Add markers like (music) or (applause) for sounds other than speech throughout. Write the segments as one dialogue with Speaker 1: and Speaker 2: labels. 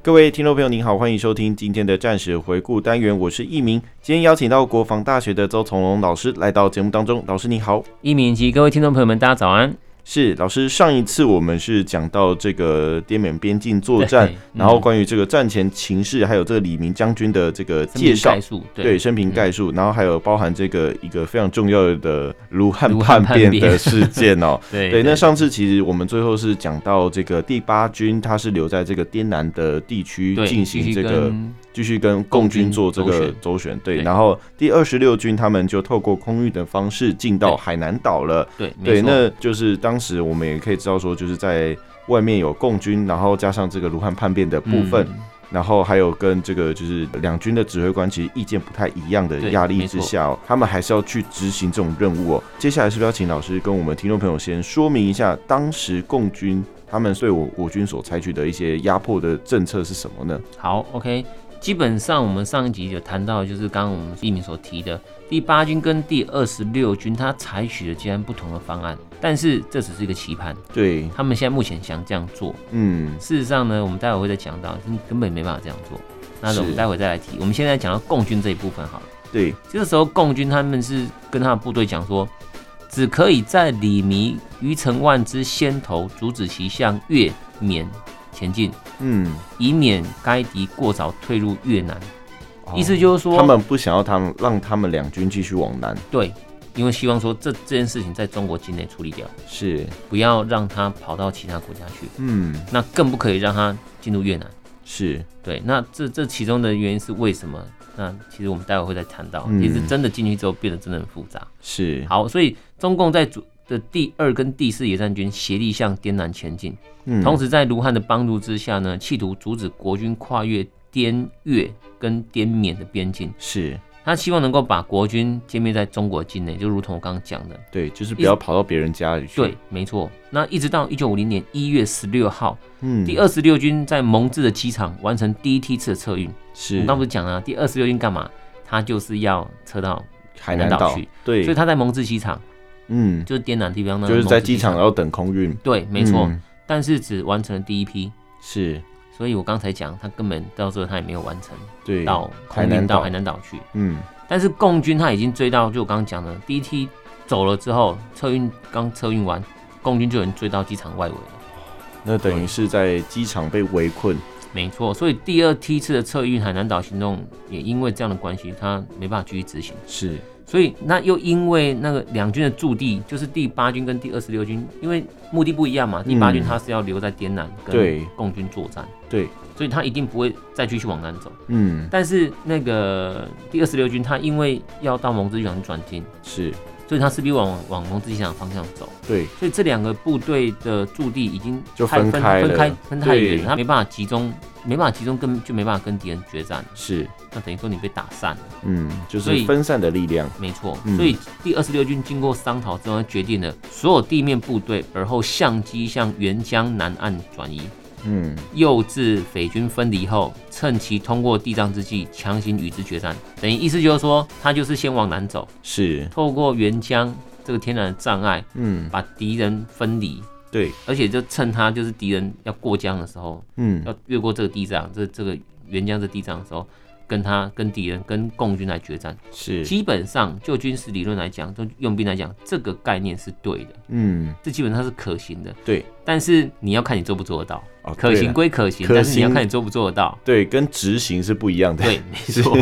Speaker 1: 各位听众朋友，您好，欢迎收听今天的战史回顾单元，我是易明。今天邀请到国防大学的邹从龙老师来到节目当中，老师你好。
Speaker 2: 一鸣及各位听众朋友们，大家早安。
Speaker 1: 是老师，上一次我们是讲到这个滇缅边境作战
Speaker 2: 对，嗯
Speaker 1: 然后关于这个战前情势，还有这个李明将军的这个
Speaker 2: 生平
Speaker 1: 介绍
Speaker 2: 概，述，嗯
Speaker 1: 对，生平概述，然后还有包含这个一个非常重要的卢汉
Speaker 2: 卢
Speaker 1: 叛
Speaker 2: 汉
Speaker 1: 变
Speaker 2: 叛变
Speaker 1: 的事件哦。
Speaker 2: (laughs) 对
Speaker 1: 对，那上次其实我们最后是讲到这个第八军，它是留在这个滇南的地区
Speaker 2: 对
Speaker 1: 进行
Speaker 2: 继续
Speaker 1: 这个
Speaker 2: 跟
Speaker 1: 继续跟共军做这
Speaker 2: 共
Speaker 1: 个
Speaker 2: 军
Speaker 1: 周旋。对，
Speaker 2: 对
Speaker 1: 然后第二十六军他们就透过空运的方式进到
Speaker 2: 对
Speaker 1: 海南岛了。
Speaker 2: 对没
Speaker 1: 对，
Speaker 2: 错
Speaker 1: 那就是当时我们也可以知道说，就是在外面有共军，然后加上这个卢汉叛变的部分，
Speaker 2: 嗯
Speaker 1: 然后还有跟这个就是两军的指挥官其实意见不太一样的压力之下、哦，他们还是要去执行这种任务哦。接下来是不是要请老师跟我们听众朋友先说明一下，当时共军他们对我国军所采取的一些压迫的政策是什么呢？
Speaker 2: 好，OK。基本上我们上一集有谈到，就是刚刚我们一鸣所提的第八军跟第二十六军，它采取了截然不同的方案，但是这只是一个棋盘，
Speaker 1: 对，
Speaker 2: 他们现在目前想这样做，
Speaker 1: 嗯，
Speaker 2: 事实上呢，我们待会会再讲到，根根本没办法这样做。那
Speaker 1: 是
Speaker 2: 我们待会再来提。我们现在讲到共军这一部分好了。
Speaker 1: 对，
Speaker 2: 这个时候，共军他们是跟他的部队讲说，只可以在李弥、于承万之先头阻止其向越缅前进，
Speaker 1: 嗯，
Speaker 2: 以免该敌过早退入越南。
Speaker 1: 哦
Speaker 2: 意思就是说，
Speaker 1: 他们不想要他们让他们两军继续往南，
Speaker 2: 对，因为希望说这这件事情在中国境内处理掉，
Speaker 1: 是，
Speaker 2: 不要让他跑到其他国家去，
Speaker 1: 嗯，
Speaker 2: 那更不可以让他进入越南。
Speaker 1: 是，
Speaker 2: 对，那这这其中的原因是为什么？那其实我们待会会再谈到。
Speaker 1: 嗯
Speaker 2: 其实真的进去之后，变得真的很复杂。
Speaker 1: 是，
Speaker 2: 好，所以中共在主的第二跟第四野战军协力向滇南前进，
Speaker 1: 嗯，
Speaker 2: 同时在卢汉的帮助之下呢，企图阻止国军跨越滇越跟滇缅的边境。
Speaker 1: 是
Speaker 2: 他希望能够把国军歼灭在中国境内，就如同我刚刚讲的。
Speaker 1: 对，就是不要跑到别人家里去，
Speaker 2: 对，，没错。那一直到一九五零年一月十六号，
Speaker 1: 嗯，
Speaker 2: 第二十六军在蒙自的机场完成第一梯次的撤运。我
Speaker 1: 是
Speaker 2: 们刚不是讲了、第二十六军干嘛？他就是要撤到，
Speaker 1: 海
Speaker 2: 南
Speaker 1: 南
Speaker 2: 岛
Speaker 1: 岛
Speaker 2: 去，
Speaker 1: 对，
Speaker 2: 所以他在蒙自机场，
Speaker 1: 嗯，
Speaker 2: 就是滇南地方那
Speaker 1: 就是在机场
Speaker 2: 场。
Speaker 1: 然后等空运，
Speaker 2: 对，没错。
Speaker 1: 嗯
Speaker 2: 但是只完成了第一批，
Speaker 1: 是，
Speaker 2: 所以我刚才讲，他根本到时候他也没有完成
Speaker 1: 对，
Speaker 2: 到
Speaker 1: 海
Speaker 2: 空
Speaker 1: 南
Speaker 2: 运到
Speaker 1: 岛
Speaker 2: 海，南岛去。
Speaker 1: 嗯，
Speaker 2: 但是共军他已经追到，就我刚刚讲的，第一梯走了之后，撤运刚撤运完，共军就已经追到机场外围了。
Speaker 1: 那等于是在机场被围困，
Speaker 2: 没错，所以第二梯次的撤运海南岛行动也因为这样的关系，他没办法继续执行。
Speaker 1: 是，
Speaker 2: 所以那又因为那个两军的驻地，就是第八军跟第二十六军，因为目的不一样嘛，第八军他是要留在滇南
Speaker 1: 嗯对
Speaker 2: 跟共军作战，
Speaker 1: 对，
Speaker 2: 所以他一定不会再继续往南走。
Speaker 1: 嗯，
Speaker 2: 但是那个第二十六军他因为要到蒙自机场转进，
Speaker 1: 是，
Speaker 2: 所以他势必往往蒙自机场方向走，
Speaker 1: 对，
Speaker 2: 所以这两个部队的驻地已经
Speaker 1: 就
Speaker 2: 太
Speaker 1: 分开了
Speaker 2: 分开分太远
Speaker 1: 对
Speaker 2: 了，他没办法集中，没办法集中跟就没办法跟敌人决战，
Speaker 1: 是，
Speaker 2: 那等于说你被打散了。
Speaker 1: 嗯，就
Speaker 2: 所
Speaker 1: 是
Speaker 2: 以
Speaker 1: 分散的力量，
Speaker 2: 没错
Speaker 1: 嗯，
Speaker 2: 所以第二十六军经过商讨之后，决定了所有地面部队，而后相机向沅江南岸转移。
Speaker 1: 嗯，
Speaker 2: 又自匪军分离后，趁其通过地藏之际，强行与之决战。等于意思就是说，他就是先往南走，
Speaker 1: 是，
Speaker 2: 透过沅江这个天然的障碍，
Speaker 1: 嗯，
Speaker 2: 把敌人分离，
Speaker 1: 对，
Speaker 2: 而且就趁他就是敌人要过江的时候，
Speaker 1: 嗯，
Speaker 2: 要越过这个地藏，这这个沅江这地藏的时候，跟他跟敌人跟共军来决战。
Speaker 1: 是，
Speaker 2: 基本上就军事理论来讲，就用兵来讲，这个概念是对的，
Speaker 1: 嗯，
Speaker 2: 这基本上是可行的。
Speaker 1: 对，
Speaker 2: 但是你要看你做不做得到，
Speaker 1: 哦，
Speaker 2: 可
Speaker 1: 对
Speaker 2: 行
Speaker 1: 了
Speaker 2: 归可行，
Speaker 1: 可行
Speaker 2: 但是你要看你做不做得到。
Speaker 1: 对，跟执行是不一样的， (laughs)
Speaker 2: 对，没错。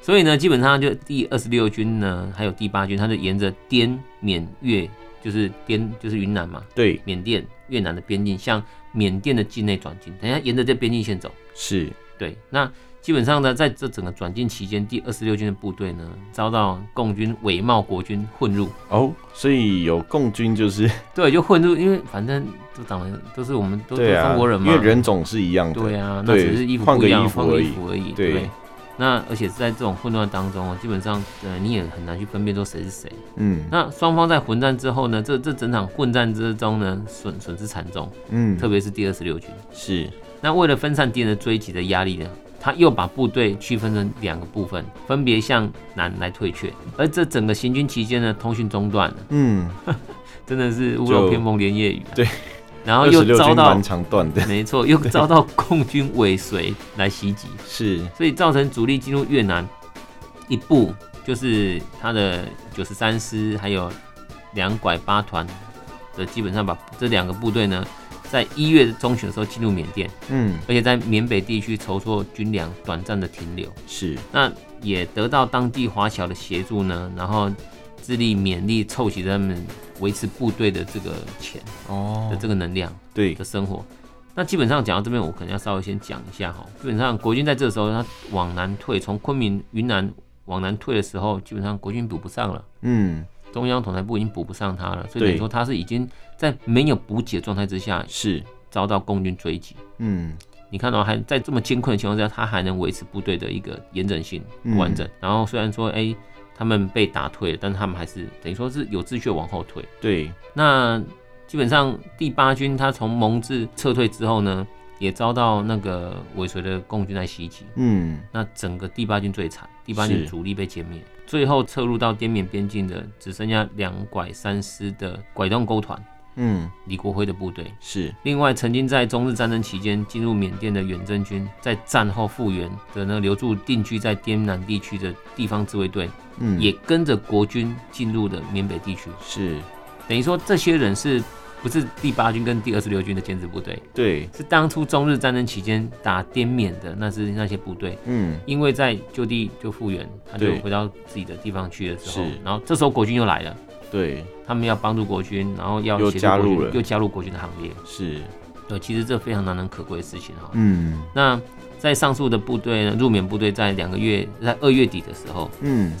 Speaker 2: 所以呢，基本上就第二十六军呢，还有第八军，它就沿着滇、缅、越，就是滇就是云南嘛，
Speaker 1: 对，
Speaker 2: 缅甸、越南的边境，向缅甸的境内转进，等一下沿着这边境线走。
Speaker 1: 是，
Speaker 2: 对，那基本上呢，在这整个转进期间，第二十六军的部队呢，遭到共军伪冒国军混入，
Speaker 1: 哦，所以有共军就是
Speaker 2: 对，就混入，因为反正都长得都是我们都都
Speaker 1: 对
Speaker 2: 是
Speaker 1: 啊，
Speaker 2: 中国人嘛，
Speaker 1: 因为人种是一样的，
Speaker 2: 对啊，那
Speaker 1: 对
Speaker 2: 只是衣服
Speaker 1: 换
Speaker 2: 不
Speaker 1: 个
Speaker 2: 一样，
Speaker 1: 衣服
Speaker 2: 换个
Speaker 1: 而
Speaker 2: 衣
Speaker 1: 已
Speaker 2: 服而已。
Speaker 1: 对
Speaker 2: 对，那而且在这种混乱当中哦，基本上呃你也很难去分辨说谁是谁。
Speaker 1: 嗯
Speaker 2: 那双方在混战之后呢，这这整场混战之中呢，损损失惨重，
Speaker 1: 嗯，
Speaker 2: 特别是第二十六军。
Speaker 1: 是
Speaker 2: 那为了分散敌人的追击的压力呢，他又把部队区分成两个部分，分别向南来退却。而这整个行军期间呢，通讯中断了，
Speaker 1: 嗯，
Speaker 2: 真的是屋
Speaker 1: 就
Speaker 2: 漏偏逢连夜雨、啊。
Speaker 1: 对，
Speaker 2: 然后
Speaker 1: 二
Speaker 2: 又
Speaker 1: 十六
Speaker 2: 遭
Speaker 1: 军
Speaker 2: 到
Speaker 1: 蛮，长段的，
Speaker 2: 没错，又遭到 (laughs) 共军尾随来袭击，
Speaker 1: 是
Speaker 2: 所以造成主力进入越南一部就是他的九十三师还有两拐八团的，基本上把这两个部队呢，在一月中旬的时候进入缅甸。
Speaker 1: 嗯
Speaker 2: 而且在缅北地区筹措军粮，短暂的停留。
Speaker 1: 是
Speaker 2: 那也得到当地华侨的协助呢，然后致力勉励凑齐他们维持部队的这个钱
Speaker 1: 哦
Speaker 2: 的，这个能量
Speaker 1: 对
Speaker 2: 的生活。那基本上讲到这边，我可能要稍微先讲一下哈。基本上国军在这时候他往南退，从昆明、云南往南退的时候，基本上国军补不上了。
Speaker 1: 嗯
Speaker 2: 中央统战部已经补不上他了，所以
Speaker 1: 对
Speaker 2: 等于说他是已经在没有补给的状态之下
Speaker 1: 是
Speaker 2: 遭到共军追击。
Speaker 1: 嗯
Speaker 2: 你看到、还在这么艰困的情况之下，他还能维持部队的一个严整性、
Speaker 1: 嗯
Speaker 2: 完整。然后虽然说，哎、他们被打退了，但他们还是等于说是有秩序地往后退。
Speaker 1: 对
Speaker 2: 那基本上第八军他从蒙自撤退之后呢，也遭到那个尾随的共军来袭击。
Speaker 1: 嗯
Speaker 2: 那整个第八军最惨，第八军
Speaker 1: 是
Speaker 2: 主力被歼灭，最后撤入到滇缅边境的只剩下两拐三师的拐洞沟团
Speaker 1: 嗯
Speaker 2: 李国辉的部队。
Speaker 1: 是
Speaker 2: 另外，曾经在中日战争期间进入缅甸的远征军，在战后复员的呢，留驻定居在滇南地区的地方自卫队，
Speaker 1: 嗯
Speaker 2: 也跟着国军进入的缅北地区。
Speaker 1: 是
Speaker 2: 等于说，这些人是不是第八军跟第二十六军的兼职部队？
Speaker 1: 对
Speaker 2: 是当初中日战争期间打滇缅的那是那些部队，
Speaker 1: 嗯
Speaker 2: 因为在就地就复员，他就
Speaker 1: 对
Speaker 2: 回到自己的地方去的时候
Speaker 1: 是，
Speaker 2: 然后这时候国军又来了，
Speaker 1: 对
Speaker 2: 他们要帮助国军，然后要
Speaker 1: 又
Speaker 2: 协助
Speaker 1: 加入
Speaker 2: 国军
Speaker 1: 了
Speaker 2: 又加入国军的行列。
Speaker 1: 是
Speaker 2: 对，其实这非常难能可贵的事情哈、
Speaker 1: 嗯
Speaker 2: 那在上述的部队呢，入缅部队在两个月，在二月底的时候，
Speaker 1: 嗯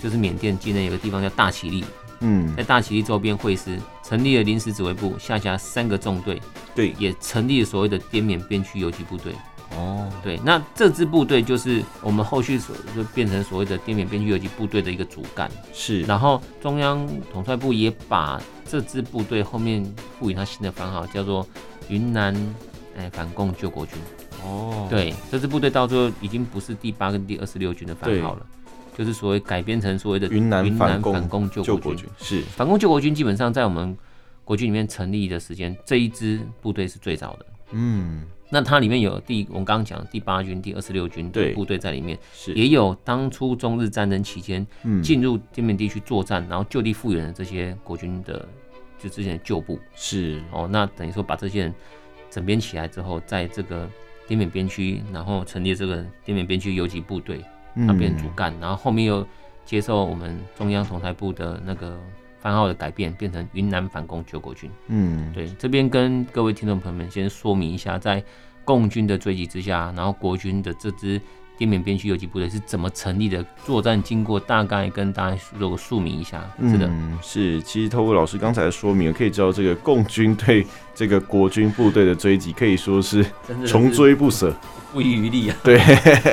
Speaker 2: 就是缅甸境内有个地方叫大其力，
Speaker 1: 嗯
Speaker 2: 在大其力周边会师，成立了临时指挥部，下辖三个纵队，
Speaker 1: 对
Speaker 2: 也成立了所谓的滇缅边区游击部队。
Speaker 1: 哦
Speaker 2: 对，那这支部队就是我们后续所就变成所谓的滇缅边区游击部队的一个主干。
Speaker 1: 是
Speaker 2: 然后中央统帅部也把这支部队后面赋予它新的番号，叫做云南哎反共救国军。
Speaker 1: 哦
Speaker 2: 对，这支部队到最后已经不是第八跟第二十六军的番号了，就是所谓改编成所谓的
Speaker 1: 云南
Speaker 2: 云
Speaker 1: 反
Speaker 2: 南
Speaker 1: 共
Speaker 2: 反共救
Speaker 1: 救
Speaker 2: 国
Speaker 1: 国
Speaker 2: 军
Speaker 1: 军。是
Speaker 2: 反共救国军基本上在我们国军里面成立的时间，这一支部队是最早的。
Speaker 1: 嗯
Speaker 2: 那它里面有第我们刚刚讲的第八军、第二十六军
Speaker 1: 对
Speaker 2: 的部队在里面，
Speaker 1: 是
Speaker 2: 也有当初中日战争期间
Speaker 1: 嗯
Speaker 2: 进入滇缅地区作战，然后就地复原的这些国军的就之前的旧部
Speaker 1: 是
Speaker 2: 哦，那等于说把这些人整编起来之后，在这个滇缅边区，然后成立这个滇缅边区游击部队，
Speaker 1: 那
Speaker 2: 那变成主干，然后后面又接受我们中央统裁部的那个番号的改变，变成云南反共救国军。
Speaker 1: 嗯
Speaker 2: 对，这边跟各位听众朋友们先说明一下，在共军的追击之下，然后国军的这支滇缅边区游击部队是怎么成立的，作战经过大概跟大家做个说明一下。是的，
Speaker 1: 嗯，是。其实透过老师刚才的说明，可以知道这个共军对这个国军部队的追击，可以说是
Speaker 2: 真的
Speaker 1: 穷追不舍。
Speaker 2: 不遗余力啊。
Speaker 1: 对， (laughs)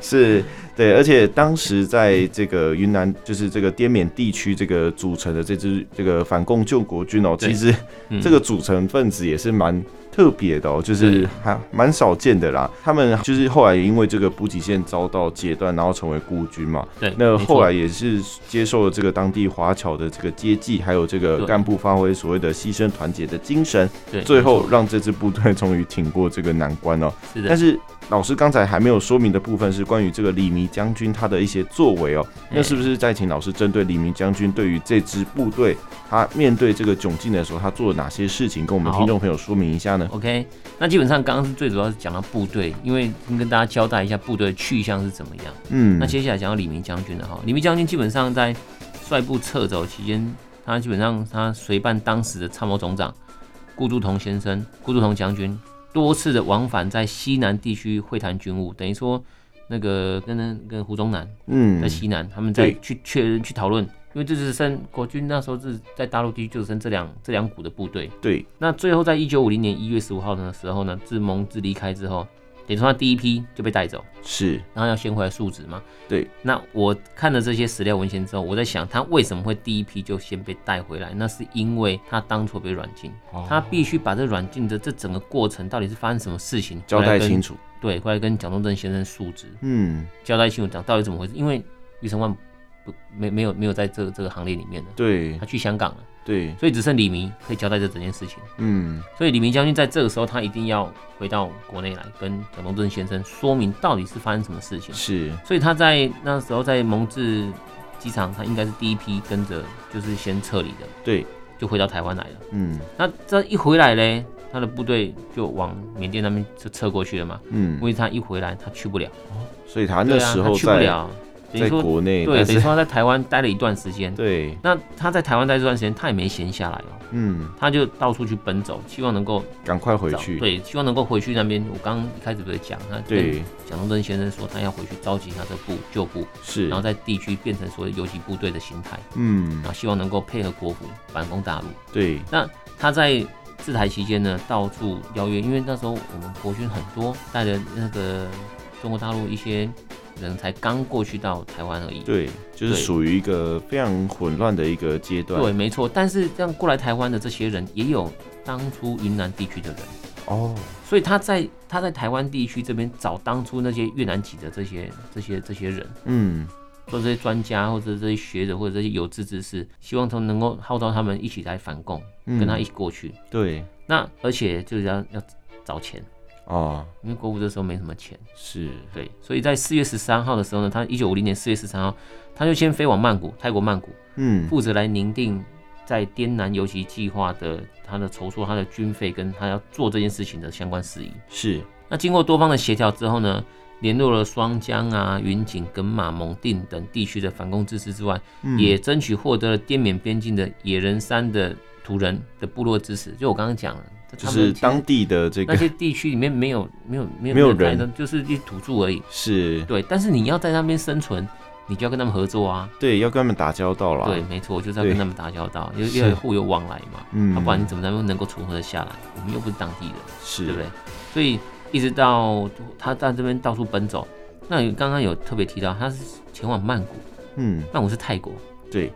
Speaker 1: 是。对，而且当时在这个云南，就是这个滇缅地区这个组成的这支这个反共救国军哦，
Speaker 2: 对
Speaker 1: 其实
Speaker 2: 嗯
Speaker 1: 这个组成分子也是蛮特别的哦，就是
Speaker 2: 对
Speaker 1: 还蛮少见的啦。他们就是后来因为这个补给线遭到截断，然后成为孤军嘛，
Speaker 2: 对，
Speaker 1: 那
Speaker 2: 没错
Speaker 1: 后来也是接受了这个当地华侨的这个接济，还有这个
Speaker 2: 对
Speaker 1: 干部发挥所谓的牺牲团结的精神，
Speaker 2: 对
Speaker 1: 最
Speaker 2: 没
Speaker 1: 后
Speaker 2: 错
Speaker 1: 让这支部队终于挺过这个难关哦。
Speaker 2: 是的，
Speaker 1: 但是老师刚才还没有说明的部分是关于这个李弥将军他的一些作为哦，那
Speaker 2: 哎
Speaker 1: 是不是再请老师针对李弥将军对于这支部队他面对这个窘境的时候，他做了哪些事情，跟我们
Speaker 2: 好
Speaker 1: 听众朋友说明一下呢？
Speaker 2: OK，那基本上刚刚是最主要是讲到部队，因为先跟大家交代一下部队的去向是怎么样。
Speaker 1: 嗯，
Speaker 2: 那接下来讲到李明将军了哈，李明将军基本上在率部撤走期间，他基本上他随伴当时的参谋总长顾祝同先生、顾祝同将军，多次的往返在西南地区会谈军务，等于说那个跟跟胡宗南
Speaker 1: 嗯
Speaker 2: 在，西南，他们在
Speaker 1: 对
Speaker 2: 去确认去讨论，因为这是剩国军那时候是在大陆地区就只剩这两这两股的部队。
Speaker 1: 对，
Speaker 2: 那最后在一九五零年一月十五号的时候呢，自蒙自离开之后，等于说他第一批就被带走，
Speaker 1: 是，
Speaker 2: 然后要先回来述职嘛。
Speaker 1: 对。
Speaker 2: 那我看了这些史料文献之后，我在想他为什么会第一批就先被带回来？那是因为他当初被软禁，
Speaker 1: 哦
Speaker 2: 他必须把这软禁的这整个过程到底是发生什么事情
Speaker 1: 交代，
Speaker 2: 回来
Speaker 1: 清
Speaker 2: 跟
Speaker 1: 楚，
Speaker 2: 对，回来跟蒋中正先生述职，
Speaker 1: 嗯，
Speaker 2: 交代清楚讲到底怎么回事，因为余承万不没没有没有在这个这个行列里面了，
Speaker 1: 对
Speaker 2: 他去香港了，
Speaker 1: 对，
Speaker 2: 所以只剩李弥可以交代这整件事情。
Speaker 1: 嗯，
Speaker 2: 所以李明将军在这个时候，他一定要回到国内来，跟蒋中正先生说明到底是发生什么事情。
Speaker 1: 是，
Speaker 2: 所以他在那时候在蒙自机场，他应该是第一批跟着，就是先撤离的，
Speaker 1: 对，
Speaker 2: 就回到台湾来了。
Speaker 1: 嗯
Speaker 2: 那这一回来嘞，他的部队就往缅甸那边就撤过去了嘛。因
Speaker 1: 嗯，
Speaker 2: 为他一回来，他去不了，
Speaker 1: 所以他
Speaker 2: 对
Speaker 1: 那
Speaker 2: 啊，
Speaker 1: 时
Speaker 2: 他
Speaker 1: 候
Speaker 2: 去不
Speaker 1: 在
Speaker 2: 了，等于
Speaker 1: 在
Speaker 2: 说
Speaker 1: 国内，
Speaker 2: 对，
Speaker 1: 但
Speaker 2: 等于
Speaker 1: 是
Speaker 2: 说他在台湾 (laughs) 待了一段时间。
Speaker 1: 对，
Speaker 2: 那他在台湾待这段时间，他也没闲下来哦，
Speaker 1: 嗯，
Speaker 2: 他就到处去奔走，希望能够
Speaker 1: 赶快回
Speaker 2: 找
Speaker 1: 去，
Speaker 2: 对，希望能够回去那边。我刚刚一开始不是讲他跟
Speaker 1: 对，
Speaker 2: 蒋中正先生说他要回去召集他的部旧部，
Speaker 1: 是
Speaker 2: 然，后在地区变成所谓游击部队的形态，
Speaker 1: 嗯
Speaker 2: 然，后希望能够配合国府反攻大陆。
Speaker 1: 对，
Speaker 2: 他在治台期间呢，到处邀约，因为那时候我们国军很多带着那个中国大陆一些人才刚过去到台湾而已。
Speaker 1: 对，就是
Speaker 2: 对
Speaker 1: 属于一个非常混乱的一个阶段，
Speaker 2: 对，没错。但是这样过来台湾的这些人，也有当初云南地区的人。
Speaker 1: 哦，
Speaker 2: 所以他在他在台湾地区这边找当初那些越南籍的这些这些这些人，
Speaker 1: 嗯，
Speaker 2: 或者这些专家，或者这些学者，或者这些有志之士，希望他们能够号召他们一起来反共，
Speaker 1: 嗯
Speaker 2: 跟他一起过去。
Speaker 1: 对，
Speaker 2: 那而且就是要要找钱，
Speaker 1: 哦，
Speaker 2: 因为国府这时候没什么钱，
Speaker 1: 是，
Speaker 2: 对，所以在四月十三号的时候呢，他一九五零年四月十三号，他就先飞往曼谷，泰国曼谷，
Speaker 1: 嗯，
Speaker 2: 负责来拟定在滇南游击计划的他的筹措、他的军费跟他要做这件事情的相关事宜。
Speaker 1: 是，
Speaker 2: 那经过多方的协调之后呢，联络了双江啊、云锦、耿马、蒙定等地区的反共志士之外，
Speaker 1: 嗯，
Speaker 2: 也争取获得了滇缅边境的野人山的土人的部落支持。就我刚刚讲了，
Speaker 1: 就
Speaker 2: 他们
Speaker 1: 是
Speaker 2: 其实
Speaker 1: 当地的这
Speaker 2: 那
Speaker 1: 个
Speaker 2: 些地区里面没有没有没有
Speaker 1: 没有
Speaker 2: 太
Speaker 1: 人
Speaker 2: 多就是一土著而已。
Speaker 1: 是，
Speaker 2: 对，但是你要在那边生存，你就要跟他们合作啊。
Speaker 1: 对，要跟他们打交道啦，
Speaker 2: 对，，没错，就是要
Speaker 1: 对
Speaker 2: 跟他们打交道，要
Speaker 1: 是
Speaker 2: 要有互有往来嘛，
Speaker 1: 嗯
Speaker 2: 要、不然你怎么能能够存活得下来？我们又不是当地人。
Speaker 1: 是，
Speaker 2: 对不对？所以一直到他在这边到处奔走。那你刚刚有特别提到，他是前往曼谷，
Speaker 1: 嗯，
Speaker 2: 曼谷是泰国，
Speaker 1: 对，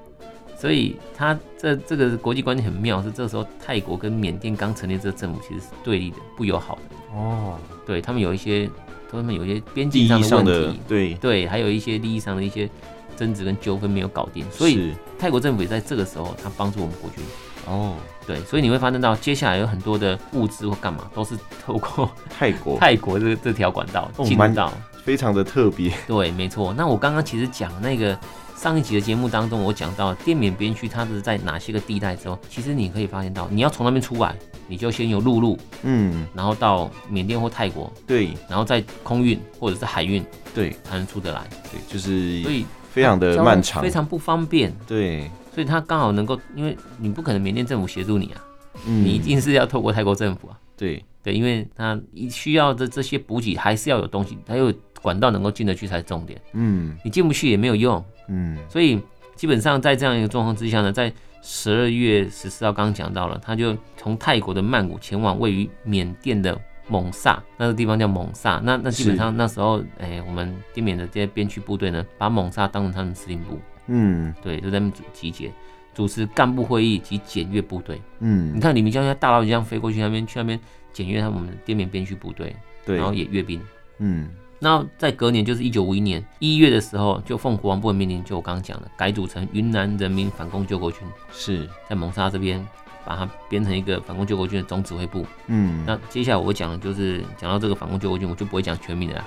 Speaker 2: 所以他这这个国际关系很妙，是这时候泰国跟缅甸刚成立这个政府其实是对立的，不友好的，
Speaker 1: 哦，
Speaker 2: 对他们有一些他们有一些边
Speaker 1: 利
Speaker 2: 境
Speaker 1: 益上
Speaker 2: 上
Speaker 1: 的
Speaker 2: 问题，
Speaker 1: 对，
Speaker 2: 对，还有一些利益上的一些争执跟纠纷没有搞定，所以
Speaker 1: 是
Speaker 2: 泰国政府也在这个时候他帮助我们国军。
Speaker 1: 哦，
Speaker 2: 对，所以你会发现到接下来有很多的物资或干嘛都是透过
Speaker 1: 泰国
Speaker 2: (laughs) 泰国这个这条管道
Speaker 1: 哦
Speaker 2: 进入
Speaker 1: 蛮
Speaker 2: 到，
Speaker 1: 非常的特别，
Speaker 2: 对，没错。那我刚刚其实讲那个上一集的节目当中，我讲到滇缅边区它是在哪些个地带之后，其实你可以发现到，你要从那边出来，你就先有陆路，
Speaker 1: 嗯，
Speaker 2: 然后到缅甸或泰国，
Speaker 1: 对
Speaker 2: 然后再空运或者是海运
Speaker 1: 对
Speaker 2: 才能出得来，
Speaker 1: 对，就是
Speaker 2: 所以
Speaker 1: 非常
Speaker 2: 交
Speaker 1: 的
Speaker 2: 通
Speaker 1: 漫长
Speaker 2: 非，常不方便。
Speaker 1: 对，
Speaker 2: 所以它刚好能够，因为你不可能缅甸政府协助你啊，
Speaker 1: 嗯，
Speaker 2: 你一定是要透过泰国政府啊。
Speaker 1: 对，
Speaker 2: 对，因为它需要的这些补给还是要有东西，还有管道能够进得去才是重点。
Speaker 1: 嗯
Speaker 2: 你进不去也没有用。
Speaker 1: 嗯，
Speaker 2: 所以基本上在这样一个状况之下呢，在十二月十四号刚刚讲到了，他就从泰国的曼谷前往位于缅甸的蒙萨，那个地方叫蒙萨。那那基本上那时候，哎、我们滇缅的这些边区部队呢，把蒙萨当成他们司令部，
Speaker 1: 嗯
Speaker 2: 对，就在那边集结。主持干部会议及检阅部队，你
Speaker 1: 嗯，
Speaker 2: 看李明将军他大老远这样飞过去那边，去那边检阅他们我们滇缅边区部队，
Speaker 1: 对
Speaker 2: 然，后也阅兵。
Speaker 1: 嗯
Speaker 2: 那在隔年，就是一九五一年一月的时候，就奉国王部的命令，就我刚刚讲的，改组成云南人民反共救国军，
Speaker 1: 是，
Speaker 2: 在蒙沙这边把它编成一个反共救国军的总指挥部。
Speaker 1: 嗯
Speaker 2: 那接下来我讲的就是讲到这个反共救国军，我就不会讲全名了啦，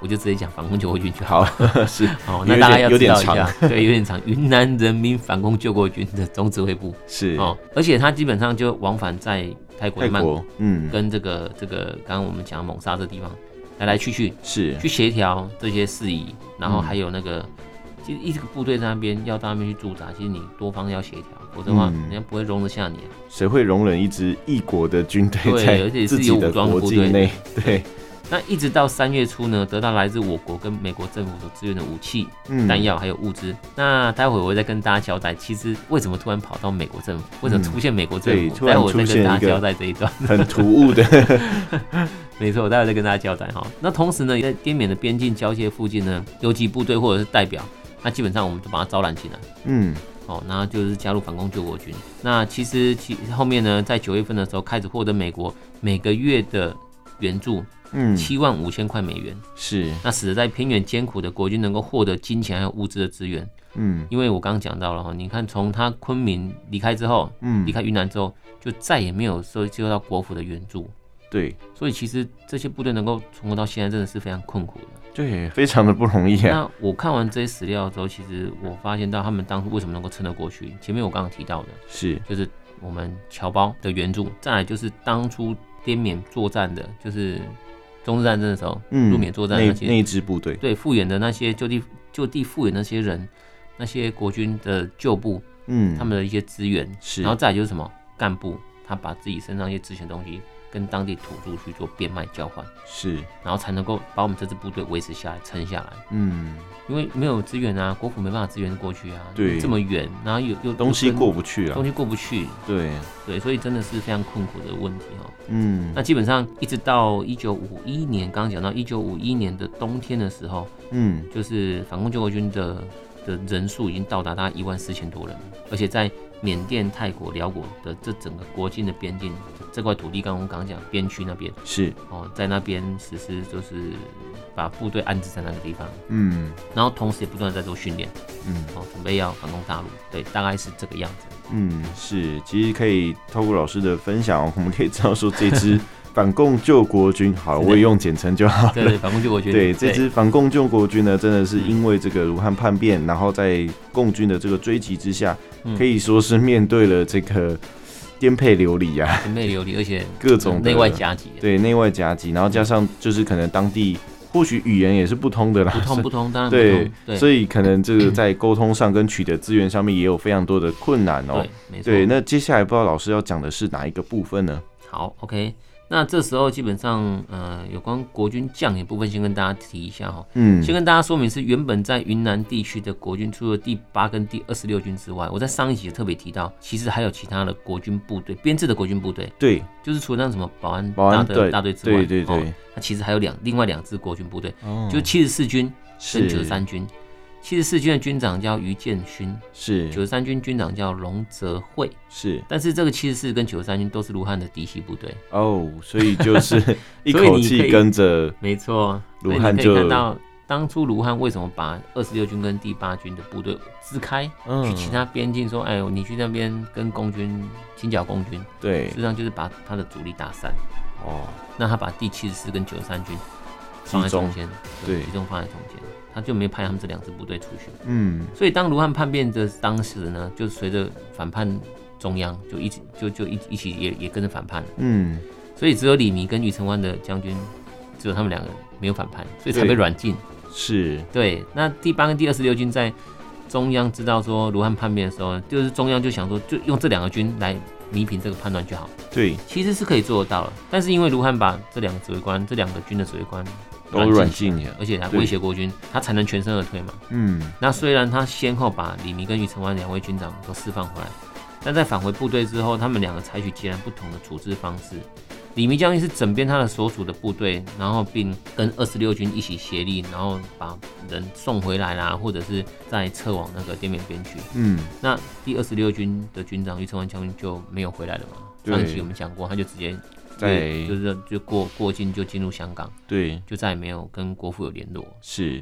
Speaker 2: 我就直接讲反共救国军就好。
Speaker 1: 好 (laughs) 是有
Speaker 2: 哦，那
Speaker 1: 点
Speaker 2: 大家要
Speaker 1: 有
Speaker 2: 知道一
Speaker 1: 点
Speaker 2: 下，对，有点长。云南人民反共救国军的总指挥部
Speaker 1: 是
Speaker 2: (laughs) 哦，而且他基本上就往返在泰国
Speaker 1: 泰
Speaker 2: 的曼谷
Speaker 1: 国，嗯
Speaker 2: 跟这个这个刚刚我们讲的蒙沙这地方来来去去。
Speaker 1: 是
Speaker 2: 去协调这些事宜，然后
Speaker 1: 嗯
Speaker 2: 还有那个其实一个部队在那边要到那边去驻扎，其实你多方要协调，否则的话
Speaker 1: 嗯
Speaker 2: 人家不会容得下你、啊。
Speaker 1: 谁会容忍一支异国的军队
Speaker 2: 对
Speaker 1: 在
Speaker 2: 而且是
Speaker 1: 自己
Speaker 2: 有武
Speaker 1: 的
Speaker 2: 装的
Speaker 1: 国
Speaker 2: 部
Speaker 1: 境
Speaker 2: 队
Speaker 1: 内？ (laughs) 对，
Speaker 2: 那一直到三月初呢，得到来自我国跟美国政府所支援的武器、
Speaker 1: 嗯
Speaker 2: (laughs) 弹药还有物资。那待会我会再跟大家交代，其实为什么突然跑到美国政府，为什么出现美国
Speaker 1: 嗯
Speaker 2: 政
Speaker 1: 对
Speaker 2: 府？
Speaker 1: 突然
Speaker 2: 待会我再
Speaker 1: 出现
Speaker 2: 跟大
Speaker 1: 一个
Speaker 2: 家交代这一段。
Speaker 1: 很突兀
Speaker 2: (laughs)
Speaker 1: 的，
Speaker 2: 没错，我待会再跟大家交代哈。那同时呢，在滇缅的边境交界附近呢，游击部队或者是代表，那基本上我们都把它招揽进来。
Speaker 1: 嗯，
Speaker 2: 哦，然后就是加入反攻救国军。那其实其后面呢，在九月份的时候开始获得美国每个月的援助
Speaker 1: 嗯，
Speaker 2: 七万五千块美元，
Speaker 1: 是，
Speaker 2: 那使得在偏远艰苦的国军能够获得金钱还有物资的支援。
Speaker 1: 嗯
Speaker 2: 因为我刚刚讲到了哈，你看从他昆明离开之后，
Speaker 1: 嗯
Speaker 2: 离，开云南之后，就再也没有说接受到国府的援助，
Speaker 1: 对
Speaker 2: 所以其实这些部队能够存活到现在，真的是非常困苦的。
Speaker 1: 对，非常的不容易啊，
Speaker 2: 那我看完这些史料之后，其实我发现到他们当初为什么能够撑得过去。前面我刚刚提到的，
Speaker 1: 是，
Speaker 2: 就是我们侨胞的援助，再来就是当初滇缅作战的，就是中日战争的时候，
Speaker 1: 嗯，
Speaker 2: 入缅作战
Speaker 1: 那
Speaker 2: 那些
Speaker 1: 那一支部队，
Speaker 2: 对复原的那些就地就地复原那些人，那些国军的旧部
Speaker 1: 嗯，
Speaker 2: 他们的一些资源，
Speaker 1: 是，
Speaker 2: 然后再来就是什么干部，他把自己身上一些值钱的东西跟当地土著去做变卖交换，
Speaker 1: 是，
Speaker 2: 然后才能够把我们这支部队维持下来、撑下来。
Speaker 1: 嗯，
Speaker 2: 因为没有资源啊，国府没办法支援过去啊，
Speaker 1: 对
Speaker 2: 这么远，然后有有
Speaker 1: 东西过不去啊
Speaker 2: 东，西过不去，
Speaker 1: 对，
Speaker 2: 对，所以真的是非常困苦的问题哦。
Speaker 1: 嗯
Speaker 2: 那基本上一直到一九五一年，刚刚讲到一九五一年的冬天的时候，
Speaker 1: 嗯，
Speaker 2: 就是反攻救国军的的人数已经到达大概一万四千多人了，而且在缅甸、泰国、辽国的这整个国境的边境这块土地，刚刚我刚刚讲边区那边
Speaker 1: 是，
Speaker 2: 哦，在那边实施就是把部队安置在那个地方，
Speaker 1: 嗯
Speaker 2: 然后同时也不断地在做训练
Speaker 1: 嗯。
Speaker 2: 哦，准备要反攻大陆，对，大概是这个样子。
Speaker 1: 嗯，是，其实可以透过老师的分享哦，我们可以知道说这
Speaker 2: (laughs)
Speaker 1: 支反共救国军，好，
Speaker 2: 是的
Speaker 1: 我也用简称就好
Speaker 2: 对
Speaker 1: 了。
Speaker 2: 对，反攻救国
Speaker 1: (laughs)
Speaker 2: 军，
Speaker 1: 对，这支反共救国军呢，真的是
Speaker 2: 嗯
Speaker 1: 因为这个武汉叛变，然后在共军的这个追击之下，
Speaker 2: 嗯
Speaker 1: 可以说是面对了这个颠沛流离啊，
Speaker 2: 很内流离，而且
Speaker 1: 各种的
Speaker 2: 内外夹击，
Speaker 1: 对内外夹击，然后加上就是可能当地或许语言也是不通的啦，
Speaker 2: 不通不通，当然不
Speaker 1: 对
Speaker 2: 通，，嗯对，
Speaker 1: 所以可能这个在沟通上跟取得资源上面也有非常多的困难哦、
Speaker 2: 对，没错。
Speaker 1: 对，那接下来不知道老师要讲的是哪一个部分呢？
Speaker 2: 好，OK，那这时候基本上，呃，有关国军将领部分，先跟大家提一下哈。
Speaker 1: 嗯
Speaker 2: 先跟大家说明是原本在云南地区的国军，除了第八跟第二十六军之外，我在上一集也特别提到，其实还有其他的国军部队编制的国军部队，
Speaker 1: 对，
Speaker 2: 就是除了那什么保安
Speaker 1: 保
Speaker 2: 大
Speaker 1: 安
Speaker 2: 队
Speaker 1: 队，
Speaker 2: 大队之
Speaker 1: 对
Speaker 2: 外，
Speaker 1: 对
Speaker 2: 哦
Speaker 1: 对，
Speaker 2: 那其实还有两另外两支国军部队，
Speaker 1: 哦
Speaker 2: 就七十四军跟
Speaker 1: 是
Speaker 2: 九十三军。七十四军的军长叫于建勋，九
Speaker 1: 是
Speaker 2: 十三军军长叫龙泽惠。
Speaker 1: 是
Speaker 2: 但是这个七十四跟九十三军都是卢汉的嫡系部队，
Speaker 1: 哦，所以就是
Speaker 2: (laughs)
Speaker 1: 一
Speaker 2: 所以
Speaker 1: 口
Speaker 2: 你可
Speaker 1: 气
Speaker 2: 以
Speaker 1: 跟着
Speaker 2: 没错。
Speaker 1: 卢汉
Speaker 2: 所以你可
Speaker 1: 就
Speaker 2: 以看到当初卢汉为什么把二十六军跟第八军的部队支开，去
Speaker 1: 嗯，
Speaker 2: 其他边境说，哎呦，你去那边跟共军清剿共军，
Speaker 1: 对
Speaker 2: 事实上就是把他的主力打散。
Speaker 1: 哦，
Speaker 2: 那他把第七十四跟九十三军放在
Speaker 1: 集
Speaker 2: 中
Speaker 1: 中
Speaker 2: 间，
Speaker 1: 对
Speaker 2: 集中放在中间，他就没派他们这两支部队出去。
Speaker 1: 嗯
Speaker 2: 所以当卢汉叛变的当时呢，就随着反叛中央，就一起就就一一起也也跟着反叛了。
Speaker 1: 嗯
Speaker 2: 所以只有李弥跟余承欢的将军，只有他们两个没有反叛，所以才被
Speaker 1: 对
Speaker 2: 软禁。
Speaker 1: 是
Speaker 2: 对，那第八跟第二十六军在中央知道说卢汉叛变的时候，就是中央就想说，就用这两个军来弥平这个叛乱就好，
Speaker 1: 对
Speaker 2: 其实是可以做得到了。但是因为卢汉把这两个指挥官、这两个军的指挥官
Speaker 1: 都软，禁了，
Speaker 2: 而且还威胁国军，他才能全身而退嘛。
Speaker 1: 嗯
Speaker 2: 那虽然他先后把李弥跟余承欢两位军长都释放回来，但在返回部队之后，他们两个采取截然不同的处置方式。李弥将军是整编他的所属的部队，然后并跟二十六军一起协力，然后把人送回来啦，或者是再撤往那个滇缅边区。
Speaker 1: 嗯
Speaker 2: 那第二十六军的军长余承欢将军就没有回来了嘛？
Speaker 1: 对
Speaker 2: 上一期我们讲过，他就直接
Speaker 1: 在
Speaker 2: 就是就过过境就进入香港，
Speaker 1: 对
Speaker 2: 就再也没有跟国父有联络。
Speaker 1: 是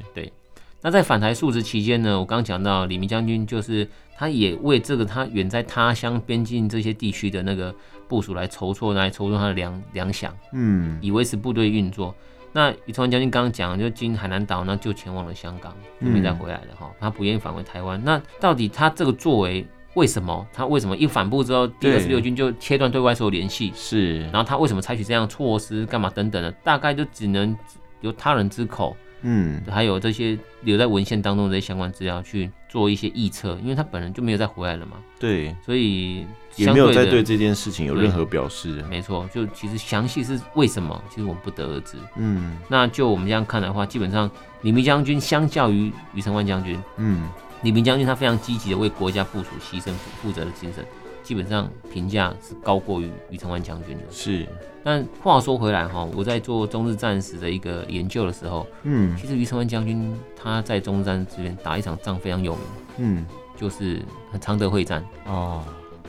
Speaker 2: 那在反台述职期间呢，我刚讲到李明将军，就是他也为这个他远在他乡边境这些地区的那个部署来筹措，来筹措他的粮粮饷，
Speaker 1: 嗯
Speaker 2: 以维持部队运作。那余承欢将军刚刚讲，就经海南岛，那就前往了香港，就没再回来了哈、他不愿意返回台湾。那到底他这个作为为什么？他为什么一反步之后，第二
Speaker 1: 对
Speaker 2: 十六军就切断对外所有联系？
Speaker 1: 是
Speaker 2: 然后他为什么采取这样的措施，干嘛等等的，大概就只能由他人之口
Speaker 1: 嗯，
Speaker 2: 还有这些留在文献当中的这些相关资料去做一些臆测，因为他本人就没有再回来了嘛，
Speaker 1: 对，
Speaker 2: 所以
Speaker 1: 也
Speaker 2: 相
Speaker 1: 没有再
Speaker 2: 的
Speaker 1: 对这件事情有任何表示。
Speaker 2: 没错，就其实详细是为什么，其实我们不得而知。
Speaker 1: 嗯
Speaker 2: 那就我们这样看的话，基本上李明将军相较于余承万将军，
Speaker 1: 嗯，
Speaker 2: 李明将军他非常积极的为国家部署牺牲负责的精神，基本上评价是高过于余承万将军的。
Speaker 1: 是，
Speaker 2: 但话说回来哈，我在做中日战史的一个研究的时候，
Speaker 1: 嗯
Speaker 2: 其实余承万将军他在中日战这边打一场仗非常有名，
Speaker 1: 嗯，
Speaker 2: 就是呃常德会战。
Speaker 1: 哦，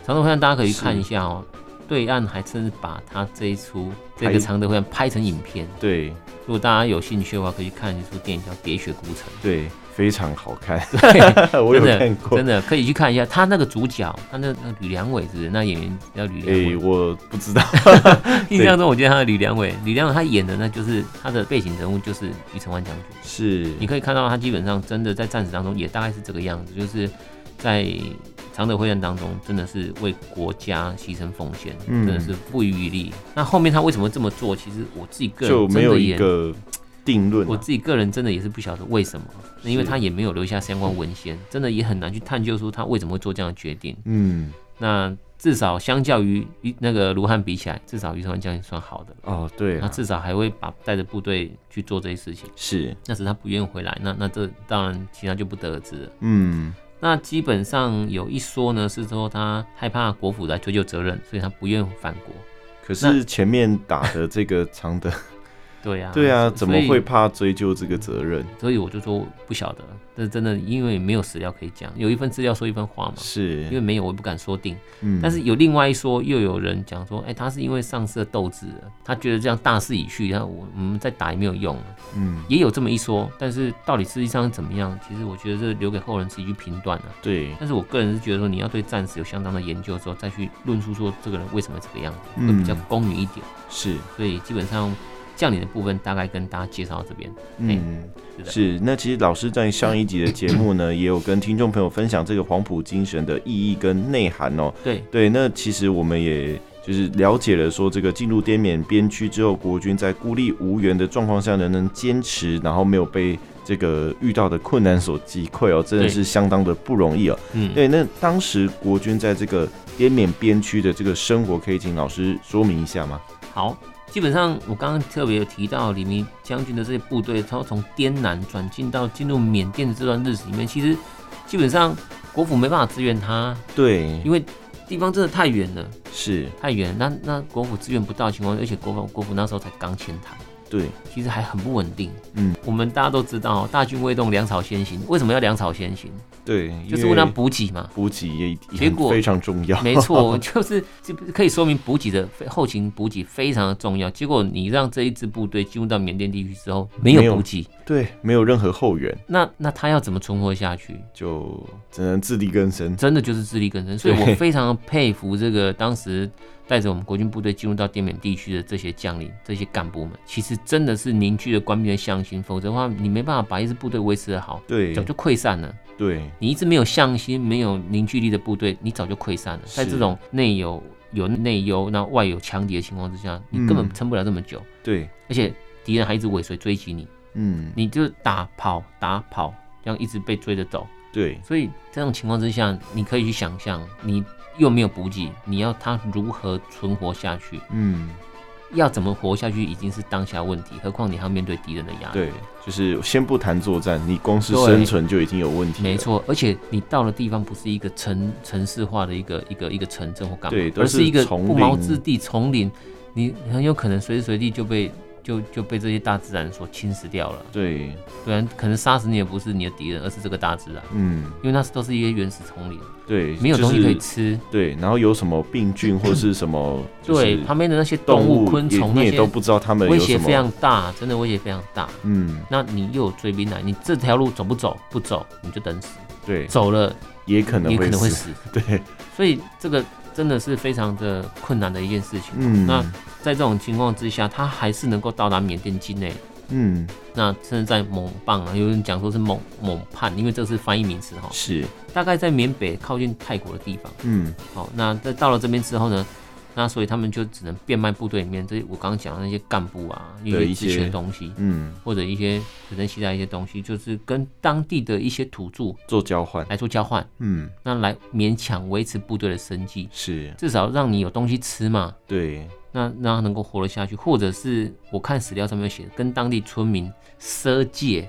Speaker 2: 常德会战大家可以去
Speaker 1: 是
Speaker 2: 看一下哦，对岸还甚至把他这一出这
Speaker 1: 拍
Speaker 2: 个常德会战拍成影片。
Speaker 1: 对
Speaker 2: 如果大家有兴趣的话，可以去看一出电影叫《喋血孤城
Speaker 1: (laughs)
Speaker 2: (laughs)
Speaker 1: 对，非常好看，》，我有
Speaker 2: 真
Speaker 1: 看
Speaker 2: 的
Speaker 1: 过
Speaker 2: 真。的可以去看一下。他那个主角，他那那吕良伟是不是？那演员叫吕良
Speaker 1: 诶，
Speaker 2: 伟。
Speaker 1: 我不知
Speaker 2: (laughs)
Speaker 1: 道。
Speaker 2: 印象中我记得他的吕良伟，吕良伟他演的呢，就是他的背景人物就是余承万将军。
Speaker 1: 是
Speaker 2: 你可以看到他基本上真的在战史当中也大概是这个样子，就是在常德会战当中真的是为国家牺牲奉献，
Speaker 1: 嗯
Speaker 2: 真的是不遗余力。那后面他为什么这么做？其实我自己个人
Speaker 1: 就没
Speaker 2: 真
Speaker 1: 有
Speaker 2: 的
Speaker 1: 一
Speaker 2: 也
Speaker 1: 个定论啊、
Speaker 2: 我自己个人真的也是不晓得为什么，那因为
Speaker 1: 是
Speaker 2: 他也没有留下相关文献，真的也很难去探究出他为什么会做这样的决定。
Speaker 1: 嗯，
Speaker 2: 那至少相较于于那个卢汉比起来，至少余承万将军算好的了，
Speaker 1: 哦，对
Speaker 2: 他
Speaker 1: 啊，
Speaker 2: 至少还会把带着部队去做这些事情。
Speaker 1: 是，
Speaker 2: 那时他不愿意回来，那那这当然其他就不得而知了。
Speaker 1: 嗯，
Speaker 2: 那基本上有一说呢，是说他害怕国府来追究责任，所以他不愿返国。
Speaker 1: 可
Speaker 2: 那
Speaker 1: 是前面打的这个长的，
Speaker 2: 对 (laughs) 啊，
Speaker 1: 对啊，
Speaker 2: 所
Speaker 1: 怎么？
Speaker 2: 所
Speaker 1: 会
Speaker 2: 以
Speaker 1: 怕追究这个责任？
Speaker 2: 所以我就说不晓得，这真的因为没有史料可以讲，有一份资料说一份话嘛。因为
Speaker 1: 是，
Speaker 2: 没有，我也不敢说定。
Speaker 1: 嗯，
Speaker 2: 但是有另外一说，又有人讲说，哎、他是因为丧失了斗志了，他觉得这样大势已去，然后我我们再打也没有用了，
Speaker 1: 嗯，
Speaker 2: 也有这么一说。但是到底实际上怎么样，其实我觉得这留给后人自己去评断啊了、
Speaker 1: 对，
Speaker 2: 但是我个人是觉得说，你要对战士有相当的研究之后，再去论述说这个人为什么这个样子，会比较
Speaker 1: 嗯
Speaker 2: 公允一点。
Speaker 1: 是，
Speaker 2: 所以基本上将领的部分大概跟大家介绍到这边。
Speaker 1: 嗯。
Speaker 2: 是的，
Speaker 1: 是，那其实老师在上一集的节目呢，也有跟听众朋友分享这个黄埔精神的意义跟内涵哦。
Speaker 2: 对，
Speaker 1: 对，那其实我们也就是了解了，说这个进入滇缅边区之后，国军在孤立无援的状况下，仍能坚持，然后没有被这个遇到的困难所击溃哦，真的
Speaker 2: 对
Speaker 1: 是相当的不容易哦。
Speaker 2: 嗯，
Speaker 1: 对，那当时国军在这个滇缅边区的这个生活，可以请老师说明一下吗？
Speaker 2: 好。基本上，我刚刚特别有提到李明将军的这些部队，他从滇南转进到进入缅甸的这段日子里面，其实基本上国府没办法支援他，
Speaker 1: 对
Speaker 2: 因，为地方真的太远了，
Speaker 1: 是，
Speaker 2: 太远了。那那国府支援不到的情况下，而且国防国府那时候才刚迁台，
Speaker 1: 对，
Speaker 2: 其实还很不稳定。
Speaker 1: 嗯，
Speaker 2: 我们大家都知道，大军未动，粮草先行。为什么要粮草先行？
Speaker 1: 对，。
Speaker 2: 就是为了补给嘛
Speaker 1: 补给也
Speaker 2: 结
Speaker 1: 也
Speaker 2: 果
Speaker 1: 非常重要。
Speaker 2: 没错，就是这不可以说明补给的后勤补给非常的重要。结果你让这一支部队进入到缅甸地区之后，
Speaker 1: 没
Speaker 2: 没
Speaker 1: 有
Speaker 2: 有补给，
Speaker 1: (laughs) 对，没有任何后援，
Speaker 2: 那那他要怎么存活下去？
Speaker 1: 就只能自力更生。
Speaker 2: 真的就是自力更生。所以我
Speaker 1: 对
Speaker 2: 非常佩服这个当时带着我们国军部队进入到滇缅地区的这些将领、这些干部们，其实真的是凝聚了官兵的向心，否则的话你没办法把一支部队维持的好，
Speaker 1: 对
Speaker 2: 早就溃散了。
Speaker 1: 对，
Speaker 2: 你一支没有向心、没有凝聚力的部队，你早就溃散了。
Speaker 1: 是
Speaker 2: 在这种内有有内忧，那外有强敌的情况之下，你根本
Speaker 1: 嗯
Speaker 2: 撑不了这么久，
Speaker 1: 对，
Speaker 2: 而且敌人还一直尾随追击你，
Speaker 1: 嗯，
Speaker 2: 你就打跑打跑，这样一直被追着走。
Speaker 1: 对，
Speaker 2: 所以这种情况之下，你可以去想象，你又没有补给，你要他如何存活下去？
Speaker 1: 嗯，
Speaker 2: 要怎么活下去已经是当下问题，何况你还要面对敌人的压力。
Speaker 1: 对，就是先不谈作战，你光是
Speaker 2: 啊对
Speaker 1: 生存就已经有问题了。
Speaker 2: 没，错，而且你到的地方不是一个城城市化的一个一个一个城镇或干嘛，
Speaker 1: 对都
Speaker 2: 而
Speaker 1: 是
Speaker 2: 是一个
Speaker 1: 丛
Speaker 2: 不毛
Speaker 1: 林
Speaker 2: 之地、丛林，你很有可能随时随地就被就就被这些大自然所侵蚀掉了。
Speaker 1: 对，
Speaker 2: 不然可能杀死你的不是你的敌人，而是这个大自然，
Speaker 1: 嗯，
Speaker 2: 因为那都是一些原始丛林，
Speaker 1: 对，
Speaker 2: 没有东西可以
Speaker 1: 就是。
Speaker 2: 吃。
Speaker 1: 对，然后有什么病菌或是什么，
Speaker 2: 对，旁边的那些
Speaker 1: 动
Speaker 2: 动
Speaker 1: 物
Speaker 2: 物、
Speaker 1: 也
Speaker 2: 昆虫
Speaker 1: 你
Speaker 2: 那
Speaker 1: 也都
Speaker 2: 些
Speaker 1: 不知道他们有
Speaker 2: 威
Speaker 1: 什
Speaker 2: 胁
Speaker 1: 么
Speaker 2: 非常大，真的威胁非常大。
Speaker 1: 嗯，
Speaker 2: 那你又有追兵来，你这条路走不走？不走你就等死，
Speaker 1: 对，
Speaker 2: 走了
Speaker 1: 也可能
Speaker 2: 也可能会
Speaker 1: 死，
Speaker 2: 死。
Speaker 1: 对，
Speaker 2: 所以这个真的是非常的困难的一件事情。
Speaker 1: 嗯，
Speaker 2: 那在这种情况之下，他还是能够到达缅甸境内。
Speaker 1: 嗯
Speaker 2: 那甚至在蒙棒啊，有人讲说是蒙蒙叛，因为这是翻译名词哈。
Speaker 1: 是，
Speaker 2: 大概在缅北靠近泰国的地方。哦
Speaker 1: 嗯
Speaker 2: 好，那在到了这边之后呢，那所以他们就只能变卖部队里面这些我刚刚讲的那些干部啊，一
Speaker 1: 的一
Speaker 2: 些职权
Speaker 1: 些
Speaker 2: 的东西，
Speaker 1: 嗯，
Speaker 2: 或者一些随身携带一些东西，就是跟当地的一些土著
Speaker 1: 做交换，
Speaker 2: 来做交换，
Speaker 1: 嗯，
Speaker 2: 那来勉强维持部队的生计，
Speaker 1: 是
Speaker 2: 至少让你有东西吃嘛。
Speaker 1: 对，
Speaker 2: 那让他能够活得下去，或者是我看史料上面写的，跟当地村民赊借。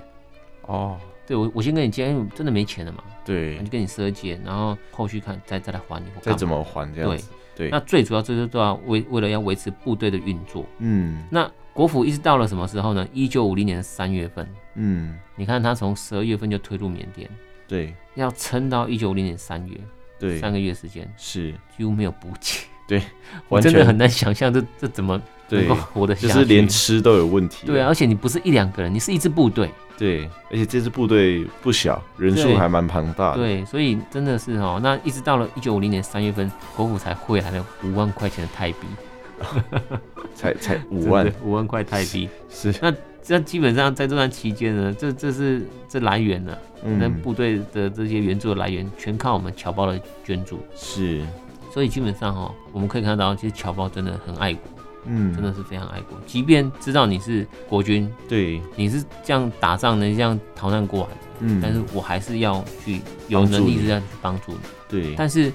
Speaker 1: 哦，
Speaker 2: 对我，我先跟你借，因为我真的没钱了嘛，
Speaker 1: 对
Speaker 2: 我就，跟你赊借，然后后续看再再来还你或干
Speaker 1: 再
Speaker 2: 嘛。
Speaker 1: 怎么还这样子，对，
Speaker 2: 那最主要这就是要为为了要维持部队的运作。
Speaker 1: 嗯
Speaker 2: 那国府一直到了什么时候呢？一九五零年三月份，
Speaker 1: 嗯，
Speaker 2: 你看他从十二月份就推入缅甸，
Speaker 1: 对
Speaker 2: 要撑到一九五零年三月，
Speaker 1: 对
Speaker 2: 三个月时间
Speaker 1: 是，
Speaker 2: 几乎没有补给，我
Speaker 1: 完
Speaker 2: 真的很
Speaker 1: 全
Speaker 2: 难想象这这怎么能
Speaker 1: 对
Speaker 2: 够，活得
Speaker 1: 就
Speaker 2: 下去。
Speaker 1: 是连吃都有问题，
Speaker 2: 对啊，而且你不是一两个人，你是一支部队，
Speaker 1: 对，而且这支部队不小，人数
Speaker 2: 对
Speaker 1: 还蛮庞大的，
Speaker 2: 对，所以真的是哦，那一直到了一九五零年三月份，国府才汇来了五万块钱的泰币，
Speaker 1: 才才五万
Speaker 2: (laughs) 真，的，五万块泰币。
Speaker 1: 是，
Speaker 2: 这基本上在这段期间呢，这这是这来源呢、那、
Speaker 1: 嗯，
Speaker 2: 部队的这些援助的来源全靠我们侨胞的捐助，
Speaker 1: 是，
Speaker 2: 所以基本上哦，我们可以看到，其实侨胞真的很爱国，
Speaker 1: 嗯，
Speaker 2: 真的是非常爱国，即便知道你是国军，
Speaker 1: 对，
Speaker 2: 你是这样打仗的，这样逃难过来的，
Speaker 1: 嗯，
Speaker 2: 但是我还是要去有
Speaker 1: 帮助
Speaker 2: 能力
Speaker 1: 你
Speaker 2: 是要去帮助你。
Speaker 1: 对，
Speaker 2: 但是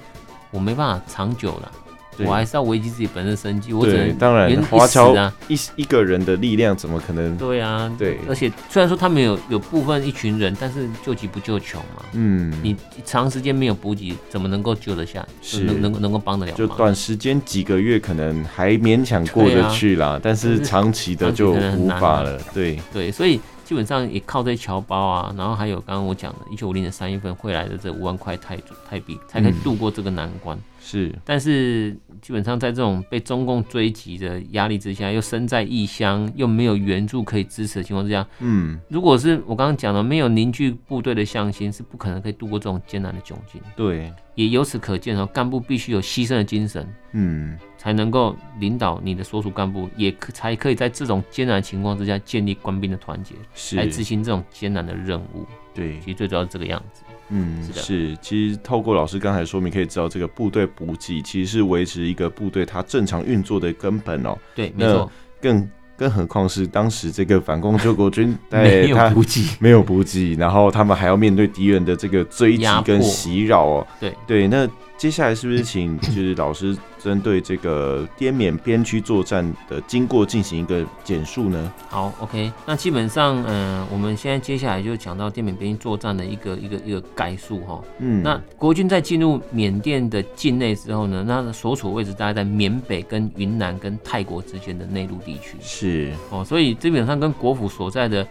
Speaker 2: 我没办法长久了，
Speaker 1: 对
Speaker 2: 我还是要维持自己本身生计，我只
Speaker 1: 对，
Speaker 2: 能
Speaker 1: 当然
Speaker 2: 原，
Speaker 1: 华
Speaker 2: 一时
Speaker 1: 侨
Speaker 2: 啊，
Speaker 1: 一一个人的力量怎么可能？
Speaker 2: 对啊，
Speaker 1: 对
Speaker 2: 而且虽然说他们有有部分一群人，但是救急不救穷嘛，
Speaker 1: 嗯，
Speaker 2: 你长时间没有补给，怎么能够救得下？
Speaker 1: 是
Speaker 2: 能能能够帮得了
Speaker 1: 就
Speaker 2: 吗？
Speaker 1: 短时间几个月可能还勉强过
Speaker 2: 对
Speaker 1: 得
Speaker 2: 啊
Speaker 1: 去啦，但是
Speaker 2: 但是
Speaker 1: 长期的
Speaker 2: 长期
Speaker 1: 就
Speaker 2: 可能很
Speaker 1: 无
Speaker 2: 难
Speaker 1: 法
Speaker 2: 啊
Speaker 1: 了。对，
Speaker 2: 对，所以基本上也靠这些侨胞啊，然后还有刚刚我讲的，一九五零年三月份汇来的这五万块泰铢泰币，才可以
Speaker 1: 嗯
Speaker 2: 度过这个难关。
Speaker 1: 是，
Speaker 2: 但是基本上在这种被中共追击的压力之下，又身在异乡，又没有援助可以支持的情况之下，
Speaker 1: 嗯，
Speaker 2: 如果是我刚刚讲的没有凝聚部队的向心，是不可能可以度过这种艰难的窘境。
Speaker 1: 对，
Speaker 2: 也由此可见哦，干部必须有牺牲的精神，
Speaker 1: 嗯，
Speaker 2: 才能够领导你的所属干部，也可才可以在这种艰难的情况之下建立官兵的团结，来执
Speaker 1: 是，
Speaker 2: 行这种艰难的任务。
Speaker 1: 对
Speaker 2: 其，实最主要是这个样子。
Speaker 1: 嗯，
Speaker 2: 是的
Speaker 1: 是。其实透过老师刚才说明，可以知道这个部队补给其实是维持一个部队它正常运作的根本哦、
Speaker 2: 对，没
Speaker 1: 那
Speaker 2: 错，
Speaker 1: 更更何况是当时这个反共救国军，哎
Speaker 2: (laughs) 没
Speaker 1: 他
Speaker 2: 有补给。
Speaker 1: 没有补给，然后他们还要面对敌人的这个追击
Speaker 2: 压迫
Speaker 1: 跟袭扰哦。
Speaker 2: 对
Speaker 1: 对，那接下来是不是请就是老师针对这个滇缅边区作战的经过进行一个简述呢？
Speaker 2: 好，OK，那基本上，嗯、我们现在接下来就讲到滇缅边境作战的一个一个一个概述哈。
Speaker 1: 嗯，
Speaker 2: 那国军在进入缅甸的境内之后呢，那所处位置大概在缅北跟云南跟泰国之间的内陆地区
Speaker 1: 是
Speaker 2: 哦，所以基本上跟国府所在的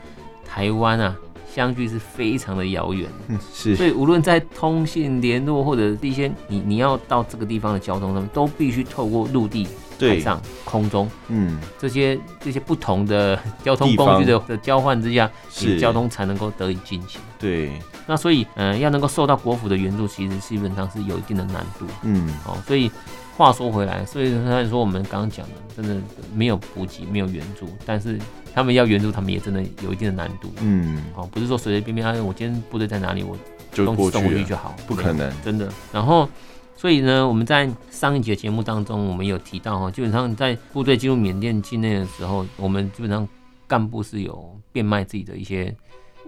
Speaker 2: 台湾啊相距是非常的遥远。
Speaker 1: 嗯是
Speaker 2: 所以无论在通信联络或者是一些你你要到这个地方的交通上面，都必须透过陆地、海
Speaker 1: 对，
Speaker 2: 上、空中
Speaker 1: 嗯
Speaker 2: 这些这些不同的交通
Speaker 1: 地
Speaker 2: 工具
Speaker 1: 方
Speaker 2: 的的交换之下，你
Speaker 1: 是
Speaker 2: 的交通才能够得以进行。
Speaker 1: 对，
Speaker 2: 那所以，嗯、要能够受到国府的援助，其实基本上是有一定的难度
Speaker 1: 嗯
Speaker 2: 哦。所以话说回来，所以虽说我们刚刚讲的，真的没有补给，没有援助，但是他们要援助，他们也真的有一定的难度
Speaker 1: 嗯
Speaker 2: 哦，不是说随随便便，哎，我今天部队在哪里，我
Speaker 1: 就
Speaker 2: 东
Speaker 1: 过去
Speaker 2: 西送过去
Speaker 1: 了，
Speaker 2: 就好，
Speaker 1: 不可能，
Speaker 2: 真的。然后，所以呢，我们在上一节节目当中，我们有提到哈，基本上在部队进入缅甸境内的时候，我们基本上干部是有变卖自己的一些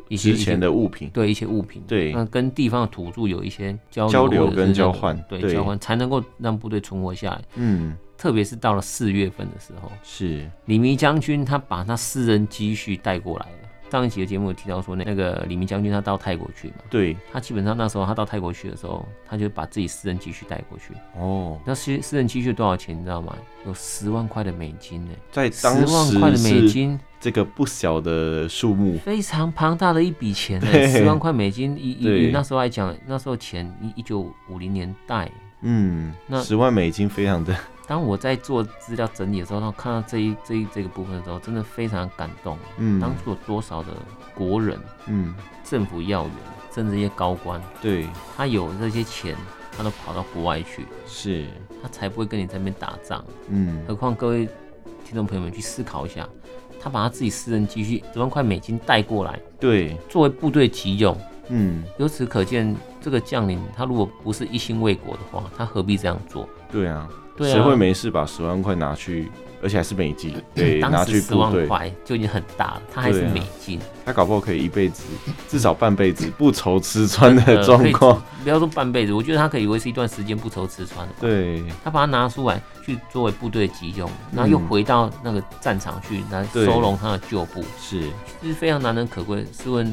Speaker 2: 一些
Speaker 1: 之前
Speaker 2: 一些
Speaker 1: 的物品
Speaker 2: 对一些物品，
Speaker 1: 对
Speaker 2: 那跟地方的土著有一些交流
Speaker 1: 交流
Speaker 2: 或者是
Speaker 1: 跟交
Speaker 2: 那个
Speaker 1: 换
Speaker 2: 对
Speaker 1: 对
Speaker 2: 交换才能够让部队存活下来。
Speaker 1: 嗯
Speaker 2: 特别是到了四月份的时候，
Speaker 1: 是
Speaker 2: 李明将军他把他私人积蓄带过来了。上一期的节目有提到说，那个李明将军他到泰国去嘛，
Speaker 1: 对
Speaker 2: 他基本上那时候他到泰国去的时候，他就把自己私人积蓄带过去。
Speaker 1: 哦，
Speaker 2: 那私私人积蓄多少钱你知道吗？有十万块的美金呢、
Speaker 1: 在
Speaker 2: 十
Speaker 1: 当
Speaker 2: 万块
Speaker 1: 时
Speaker 2: 的美
Speaker 1: 是
Speaker 2: 金，
Speaker 1: 这个不小的数目，
Speaker 2: 非常庞大的一笔钱呢、
Speaker 1: (laughs) 对
Speaker 2: 十万块美金，以以
Speaker 1: 对
Speaker 2: 以那时候来讲，那时候钱一一九五零年代，
Speaker 1: 嗯
Speaker 2: 那，
Speaker 1: 十万美金非常的
Speaker 2: 当我在做资料整理的时候，然后看到这一这一这个部分的时候，真的非常感动。
Speaker 1: 嗯
Speaker 2: 当初有多少的国人、
Speaker 1: 嗯
Speaker 2: 政府要员，甚至一些高官，
Speaker 1: 对
Speaker 2: 他有这些钱，他都跑到国外去，
Speaker 1: 是
Speaker 2: 他才不会跟你在那边打仗。
Speaker 1: 嗯
Speaker 2: 何况各位听众朋友们去思考一下，他把他自己私人积蓄十万块美金带过来，
Speaker 1: 对
Speaker 2: 作为部队急用。
Speaker 1: 嗯
Speaker 2: 由此可见，这个将领他如果不是一心为国的话，他何必这样做？
Speaker 1: 对啊
Speaker 2: 对啊
Speaker 1: 谁会没事把十万块拿去，而且还是美金，对，拿
Speaker 2: 当
Speaker 1: 去
Speaker 2: 时十
Speaker 1: 部
Speaker 2: 万
Speaker 1: 队，
Speaker 2: 块就已经很大了，他还是
Speaker 1: 对啊
Speaker 2: 美金，
Speaker 1: 他搞不好可以一辈子，至少半辈子不愁吃穿
Speaker 2: (laughs)
Speaker 1: 的 (laughs)
Speaker 2: 呃
Speaker 1: 状况。，
Speaker 2: 可以不要说半辈子，我觉得他可以维持一段时间不愁吃穿的。
Speaker 1: 对
Speaker 2: 他把它拿出来去作为部队的急用，然
Speaker 1: 嗯
Speaker 2: 后又回到那个战场去来
Speaker 1: 对
Speaker 2: 收容他的旧部，
Speaker 1: 是，
Speaker 2: 这是非常难能可贵。试问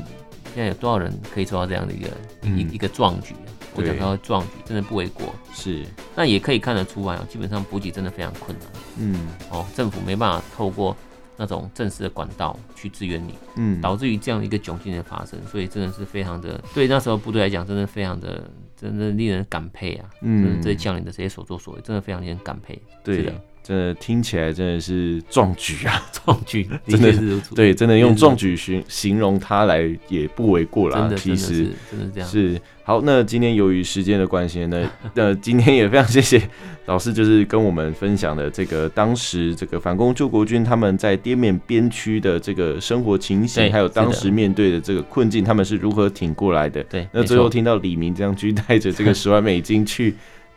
Speaker 2: 现在有多少人可以做到这样的一个、
Speaker 1: 嗯
Speaker 2: 一一个壮举？我
Speaker 1: 对
Speaker 2: 讲到壮举，真的不为过。
Speaker 1: 是，
Speaker 2: 那也可以看得出来哦，基本上补给真的非常困难
Speaker 1: 嗯
Speaker 2: 哦，政府没办法透过那种正式的管道去支援你，
Speaker 1: 嗯，
Speaker 2: 导致于这样一个窘境的发生，所以真的是非常的对那时候部队来讲，真的非常的真的令人感佩啊！嗯，
Speaker 1: 嗯
Speaker 2: 这些将领的这些所作所为，真的非常令人感佩。 (laughs) 是
Speaker 1: 对
Speaker 2: 的，
Speaker 1: 真的听起来真的是壮举啊！
Speaker 2: 壮举的
Speaker 1: 真的
Speaker 2: 确是如此，
Speaker 1: 对，真的
Speaker 2: 也
Speaker 1: 用
Speaker 2: 是
Speaker 1: 壮举形形容他来也不为过
Speaker 2: 真
Speaker 1: 啦
Speaker 2: 的。
Speaker 1: 其
Speaker 2: 真的
Speaker 1: 实
Speaker 2: 是真的是这样。
Speaker 1: 是好，那今天由于时间的关系呢， (laughs) 那呃，今天也非常谢谢 (laughs) 老师，就是跟我们分享的这个当时这个反攻救国军他们在滇缅边区的这个生活情
Speaker 2: 对
Speaker 1: 形，还有
Speaker 2: 是的
Speaker 1: 当时面对的这个困境，他们是如何挺过来的。
Speaker 2: 对，
Speaker 1: 那
Speaker 2: 没
Speaker 1: 最后
Speaker 2: 错
Speaker 1: 听到李明将军带着这个十万美金去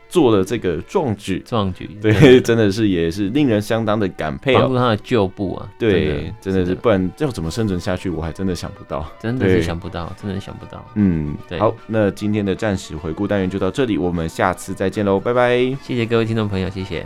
Speaker 1: 做了这个壮
Speaker 2: (laughs)
Speaker 1: 举，
Speaker 2: 壮举，真
Speaker 1: 对，
Speaker 2: 的
Speaker 1: 真的是也是令人相当的感佩
Speaker 2: 帮
Speaker 1: 哦。
Speaker 2: 助他的旧部啊，
Speaker 1: 对，真
Speaker 2: 真
Speaker 1: 的
Speaker 2: 的
Speaker 1: 是，不然要怎么生存下去，我还真的想不到。
Speaker 2: 真的是
Speaker 1: 对
Speaker 2: 想不到，真的想不到。
Speaker 1: 嗯，
Speaker 2: 对
Speaker 1: 好，那今天的战史回顾单元就到这里，我们下次再见喽，拜拜。
Speaker 2: 谢谢各位听众朋友，谢谢。